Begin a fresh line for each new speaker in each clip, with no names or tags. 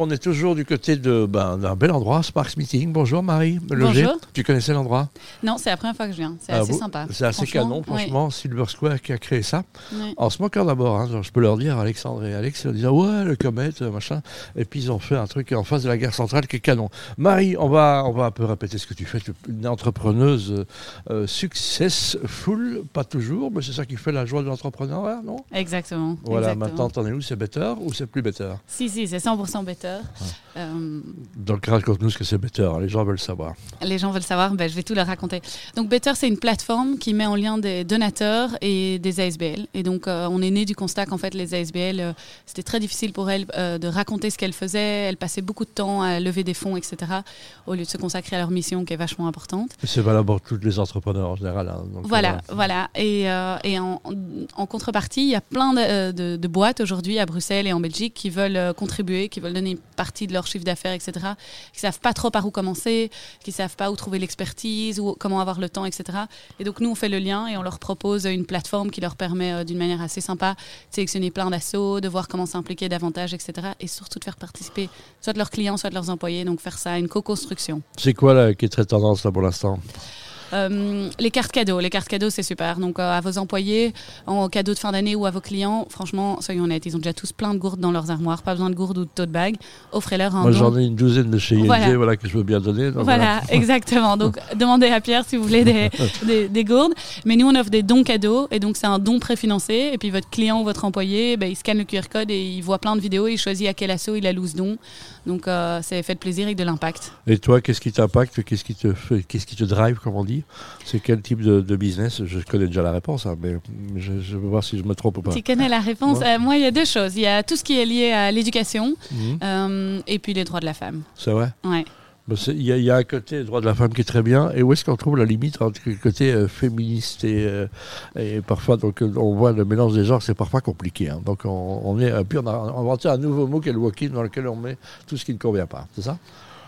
On est toujours du côté de ben, d'un bel endroit, Sparks Meeting. Bonjour Marie Leger.
Bonjour.
Tu connaissais l'endroit
Non, c'est la première fois que je viens. C'est
Ah,
assez
vous-
sympa.
C'est assez canon, franchement. Silver Square qui a créé ça.
Oui, oui.
En smoker d'abord, hein, genre, je peux leur dire, Alexandre et Alex, ils disent ouais, le comète, euh, machin. Et puis ils ont fait un truc en face de la gare centrale qui est canon. Marie, on va, on va un peu répéter ce que tu fais. Tu es une entrepreneuse euh, euh, successful, pas toujours, mais c'est ça qui fait la joie de l'entrepreneuriat, non
Exactement.
Voilà,
exactement.
maintenant, t'en es où C'est better ou c'est plus better
Si, si, c'est 100% better. Euh,
Donc raconte-nous ce que c'est better, les gens veulent savoir.
les gens veulent savoir, ben, je vais tout leur raconter. Donc Better, c'est une plateforme qui met en lien des donateurs et des ASBL. Et donc euh, on est né du constat qu'en fait les ASBL, euh, c'était très difficile pour elles euh, de raconter ce qu'elles faisaient. Elles passaient beaucoup de temps à lever des fonds, etc. Au lieu de se consacrer à leur mission qui est vachement importante.
C'est valable pour tous les entrepreneurs en général. hein, donc,
Voilà, voilà. Et, euh, et en, en contrepartie, il y a plein de, euh, de- de boîtes aujourd'hui à Bruxelles et en Belgique qui veulent euh, contribuer, qui veulent donner une partie de leur chiffre d'affaires, etc. Qui savent pas trop par où commencer, qui savent pas où trouver l'expertise ou comment avoir le temps, etc. Et donc nous, on fait le lien et on leur propose une plateforme qui leur permet euh, d'une manière assez sympa de sélectionner plein d'assauts, de voir comment s'impliquer davantage, etc. Et surtout de faire participer soit de leurs clients, soit de leurs employés. Donc faire ça, une co-construction.
C'est quoi là, qui est très tendance là pour l'instant
Euh, les cartes cadeaux, les cartes cadeaux, c'est super. Donc euh, à vos employés, en cadeau de fin d'année ou à vos clients, franchement, soyons honnêtes, ils ont déjà tous plein de gourdes dans leurs armoires, pas besoin de gourdes ou de tote bag. Offrez-leur un
Moi
don.
j'en ai une douzaine de chez ING
Voilà.
voilà. que je veux bien donner. donc
Voilà, exactement. Donc, demandez à Pierre si vous voulez des, des, des gourdes. Mais nous, on offre des dons cadeaux. Et donc, c'est un don préfinancé. Et puis, votre client ou votre employé, ben, il scanne le QR code et il voit plein de vidéos. Il choisit à quel assaut il a loose don. Donc, euh, c'est fait de plaisir avec de l'impact.
Et toi, qu'est-ce qui t'impacte Qu'est-ce qui te fait Qu'est-ce qui te drive, comme on dit C'est quel type de, de business Je connais déjà la réponse, hein, mais je, je veux voir si je me trompe ou pas.
Tu connais la réponse.
Ouais.
Euh, moi, il y a deux choses. Il y a tout ce qui est lié à l'éducation.
Mhm.
Euh, et puis les droits de la femme.
C'est vrai
Ouais.
Bah, c'est- Il y, a- il y a un côté droit de la femme qui est très bien, et où est-ce qu'on trouve la limite entre le côté euh, féministe et, euh, et parfois, donc euh, on voit le mélange des genres, c'est parfois compliqué. hein. Donc on, on est, euh, puis on a inventé un nouveau mot qui est le walking dans lequel on met tout ce qui ne convient pas, c'est ça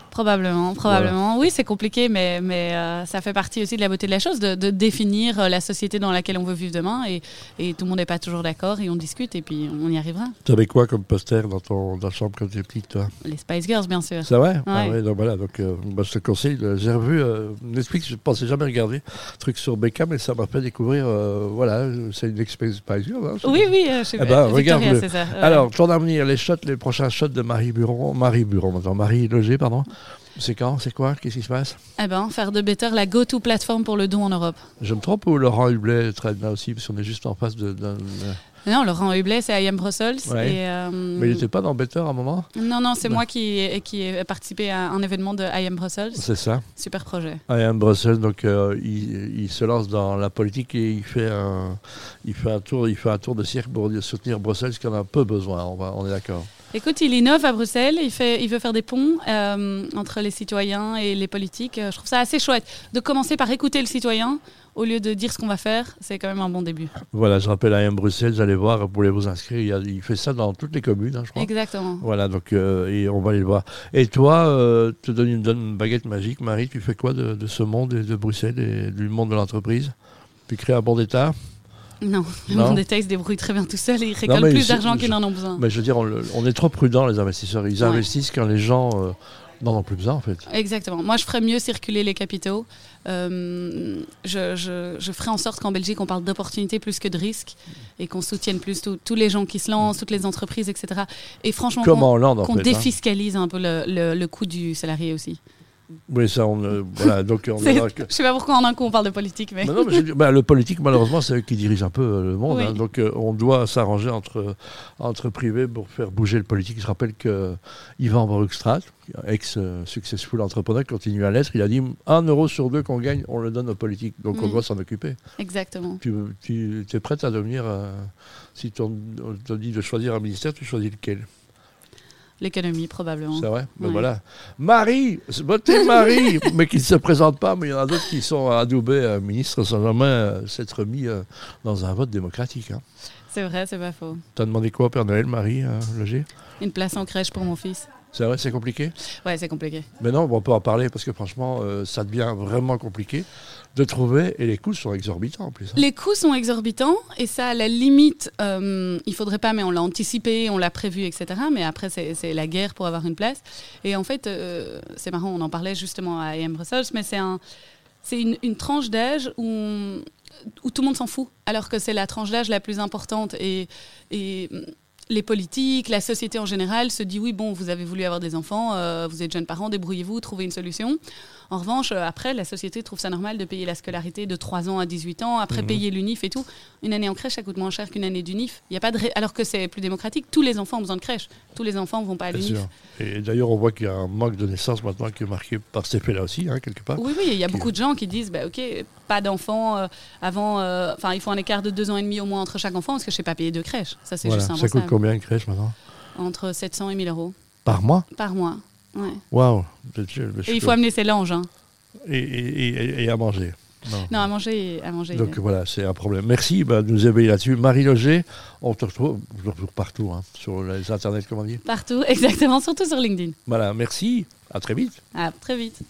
Probablement, probablement. Oui, c'est compliqué, mais, mais euh, ça fait partie aussi de la beauté de la chose, de, de définir euh, la société dans laquelle on veut vivre demain. Et, et tout le monde n'est pas toujours d'accord, et on discute, et puis on y arrivera.
T'avais quoi comme poster dans ton dans la chambre quand t'étais petite, toi
Les Spice Girls, bien sûr.
C'est vrai Ah
Ouais.
ouais, donc voilà, donc euh, bah, je te conseille. euh, J'ai revu euh, Netflix, je pensais jamais regarder un truc sur Beckham, et ça m'a fait découvrir. euh, voilà, c'est une expérience pas sûre, hein, c'est-
Oui, oui, euh, je sais
Eh ben,
Victoria,
regarde-le.
c'est ça, ouais.
Alors, ton avenir, les shots, les prochains shots de Marie Buron, Marie Buron, maintenant Marie Loger, pardon. C'est quand C'est quoi Qu'est-ce qui se passe
Eh ben, faire de Better la go-to plateforme pour le don en Europe.
Je me trompe ou Laurent Hublet traîne là aussi, parce qu'on est juste en face de. d'un- d'un-
Non, Laurent Hublet, c'est IM Brussels.
Ouais.
Et, euh,
Mais il n'était pas dans Better à un moment
Non, non, c'est
Non.
moi qui, ai- qui ai participé à un événement de IM Brussels.
C'est ça.
Super projet.
Ian Brussels, donc euh, il, il se lance dans la politique et il fait un, il fait un tour, il fait un tour de cirque pour soutenir Bruxelles, ce qu'on a un peu besoin. On, va, on est d'accord.
Écoute, il innove à Bruxelles, il, fait, il veut faire des ponts euh, entre les citoyens et les politiques. Euh, Je trouve ça assez chouette de commencer par écouter le citoyen au lieu de dire ce qu'on va faire. C'est quand même un bon début.
Voilà, je rappelle Ian Bruxelles, allez voir, vous pouvez vous inscrire. Il, y a- il fait ça dans toutes les communes, hein, je crois.
Exactement.
Voilà, donc euh, et on va aller le voir. Et toi, euh, te donne une, donne une baguette magique, Marie, tu fais quoi de, de ce monde et de Bruxelles et du monde de l'entreprise Tu crées un bon d'État
Non, le
Non.
monde des textes se débrouille très bien tout seul et il
mais
récolte
je-
plus d'argent
je-
qu'ils n'en ont besoin.
Mais je veux dire, on, le- on est trop prudent, les investisseurs. Ils
Ouais.
investissent quand les gens euh, n'en ont plus besoin, en fait.
Exactement. Moi, je ferais mieux circuler les capitaux. Euh, je, je, je ferais en sorte qu'en Belgique, on parle d'opportunités plus que de risques et qu'on soutienne plus tous- tous les gens qui se lancent, toutes les entreprises, etc. Et franchement,
Comme
qu'on
en Hollande, en
qu'on
fait. hein.
défiscalise un peu le, le- le coût du salarié aussi.
Oui, ça, on. euh, voilà, donc on
C'est-
verra que-
Je sais pas pourquoi en un coup on parle de politique, mais
Non, non, mais je veux dire, bah, le politique, malheureusement, c'est eux qui dirigent un peu euh, le monde.
Oui.
hein. donc, euh, on doit s'arranger entre, entre privés pour faire bouger le politique. Je rappelle que Ivan Broekstraat, ex-successful entrepreneur, continue à l'être. Il a dit un euro sur deux qu'on gagne, on le donne aux politiques. Donc, on
Mm.
doit s'en occuper.
exactement.
Tu, tu es prête à devenir. euh, si t'on- on te dit de choisir un ministère, tu choisis lequel
L'économie probablement.
C'est vrai Ben
Ouais.
voilà. Marie, c'est beauté Marie, mais qui ne se présente pas, mais il y en a d'autres qui sont adoubés euh, ministres sans jamais euh, s'être mis euh, dans un vote démocratique. Hein.
C'est vrai, c'est pas faux.
T'as demandé quoi au Père Noël, Marie euh, Loger
Une place en crèche pour mon fils.
C'est vrai, c'est compliqué
Ouais, c'est compliqué.
Mais non, bon, on peut en parler parce que franchement, euh, ça devient vraiment compliqué de trouver et les coûts sont exorbitants en plus. hein.
Les coûts sont exorbitants et ça, à la limite, euh, il faudrait pas, mais on l'a anticipé, on l'a prévu, etc. Mais après, c'est c'est la guerre pour avoir une place. Et en fait, euh, c'est marrant, on en parlait justement à AM Brussels, mais c'est un, c'est une, une tranche d'âge où, on- où tout le monde s'en fout, alors que c'est la tranche d'âge la plus importante et, et hum, les politiques, la société en général se dit oui, bon, vous avez voulu avoir des enfants, euh, vous êtes jeunes parents, débrouillez-vous, trouvez une solution. En revanche, euh, après, la société trouve ça normal de payer la scolarité de 3 ans à 18 ans, après
Mhm.
payer l'UNIF et tout. Une année en crèche, ça coûte moins cher qu'une année d'UNIF. Il y a pas de ré- Alors que c'est plus démocratique, tous les enfants ont besoin de crèche, tous les enfants ne vont pas à
Bien
l'UNIF.
sûr. Et d'ailleurs, on voit qu'il y a un manque de naissance maintenant qui est marqué par cet effet-là aussi, hein, quelque part.
Oui, oui, il y a beaucoup de gens qui disent, bah, ok, pas d'enfants euh, avant, euh, enfin, il faut un écart de deux ans et demi au moins entre chaque enfant, parce que je sais pas payer deux crèches. Ça, c'est
Voilà.
juste
Ça coûte
impensable.
combien une crèche maintenant
Entre 700 et 1000 euros
Par mois
par mois. Ouais.
Waouh Je- je- je-
Et il faut amener ses langes. hein.
et, et- et- et à manger.
Non, euh, à manger, à manger.
Donc voilà, c'est un problème. Merci bah, de nous éveiller là-dessus. Marie Loger, on te retrouve, on te retrouve partout, hein, sur les internets, comment dire.
Partout, exactement, surtout sur LinkedIn.
Voilà, merci, à très vite.
À très vite.